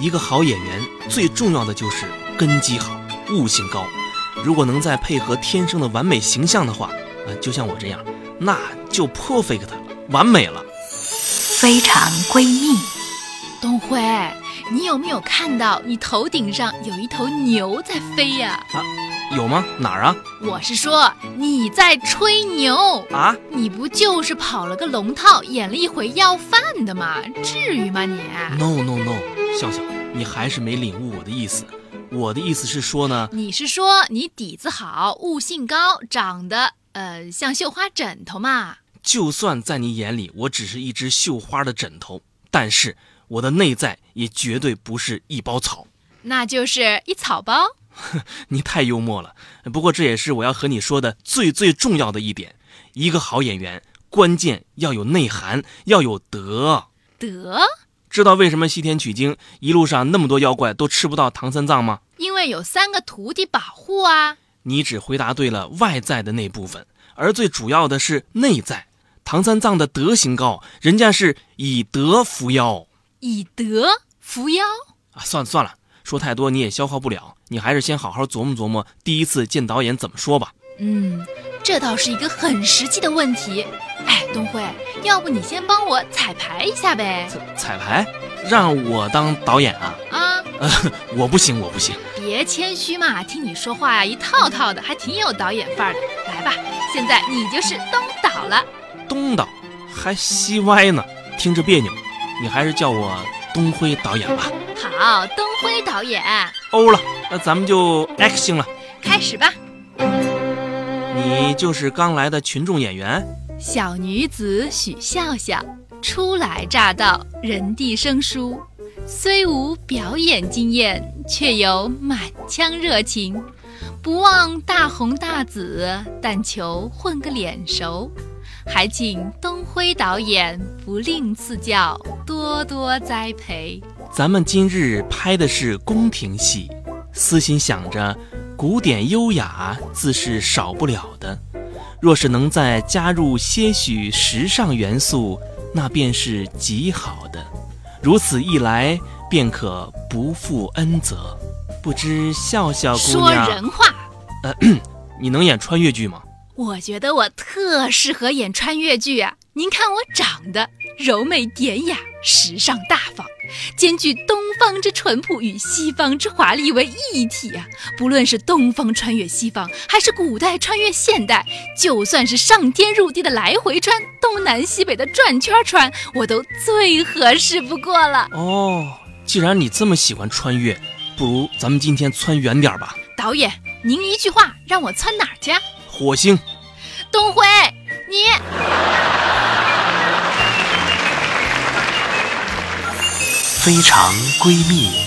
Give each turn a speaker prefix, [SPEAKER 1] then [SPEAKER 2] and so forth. [SPEAKER 1] 一个好演员最重要的就是根基好、悟性高。如果能再配合天生的完美形象的话，呃，就像我这样，那就 perfect 了，完美了。
[SPEAKER 2] 非常闺蜜，
[SPEAKER 3] 东辉，你有没有看到你头顶上有一头牛在飞呀、
[SPEAKER 1] 有吗？哪儿啊？
[SPEAKER 3] 我是说你在吹牛，
[SPEAKER 1] 啊？
[SPEAKER 3] 你不就是跑了个龙套，演了一回要饭的吗？至于吗你？
[SPEAKER 1] No no no，笑笑，你还是没领悟我的意思。我的意思是说呢，
[SPEAKER 3] 你是说你底子好，悟性高，长得呃像绣花枕头嘛？
[SPEAKER 1] 就算在你眼里我只是一只绣花的枕头，但是我的内在也绝对不是一包草。
[SPEAKER 3] 那就是一草包。
[SPEAKER 1] 你太幽默了，不过这也是我要和你说的最最重要的一点。一个好演员，关键要有内涵，要有德。
[SPEAKER 3] 得，
[SPEAKER 1] 知道为什么西天取经一路上那么多妖怪都吃不到唐三藏吗？
[SPEAKER 3] 因为有三个徒弟保护啊。
[SPEAKER 1] 你只回答对了外在的那部分，而最主要的是内在。唐三藏的德行高，人家是以德服妖
[SPEAKER 3] 以德服妖，
[SPEAKER 1] 啊！算了算了，说太多你也消化不了，你还是先好好琢磨琢磨第一次见导演怎么说吧。
[SPEAKER 3] 嗯，这倒是一个很实际的问题。哎，东辉，要不你先帮我彩排一下呗？
[SPEAKER 1] 彩彩排，让我当导演啊？
[SPEAKER 3] 啊，
[SPEAKER 1] 我不行，我不行。
[SPEAKER 3] 别谦虚嘛，听你说话呀，一套套的，还挺有导演范儿的。来吧，现在你就是东导了。
[SPEAKER 1] 东导还西歪呢，听着别扭，你还是叫我东辉导演吧。
[SPEAKER 3] 好，东辉导演，
[SPEAKER 1] 欧了，那咱们就 action 了。
[SPEAKER 3] 开始吧。
[SPEAKER 1] 你就是刚来的群众演员，
[SPEAKER 3] 小女子许笑笑，初来乍到，人地生疏，虽无表演经验，却有满腔热情，不忘大红大紫，但求混个脸熟。还请东辉导演不吝赐教，多多栽培。
[SPEAKER 1] 咱们今日拍的是宫廷戏，私心想着，古典优雅自是少不了的。若是能再加入些许时尚元素，那便是极好的。如此一来，便可不负恩责。不知笑笑姑
[SPEAKER 3] 说
[SPEAKER 1] 娘，
[SPEAKER 3] 人话，
[SPEAKER 1] 你能演穿越剧吗？
[SPEAKER 3] 我觉得我特适合演穿越剧啊！您看我长得柔美典雅、时尚大方，兼具东方之淳朴与西方之华丽为一体啊！不啊论是东方穿越西方，还是古代穿越现代，就算是上天入地的来回穿，东南西北的转圈穿，我都最合适不过了。
[SPEAKER 1] 哦，既然你这么喜欢穿越，不如咱们今天窜远点儿吧，
[SPEAKER 3] 导演，您一句话让我窜哪儿去啊？
[SPEAKER 1] 火星。
[SPEAKER 3] 东辉，你。
[SPEAKER 4] 非常闺蜜。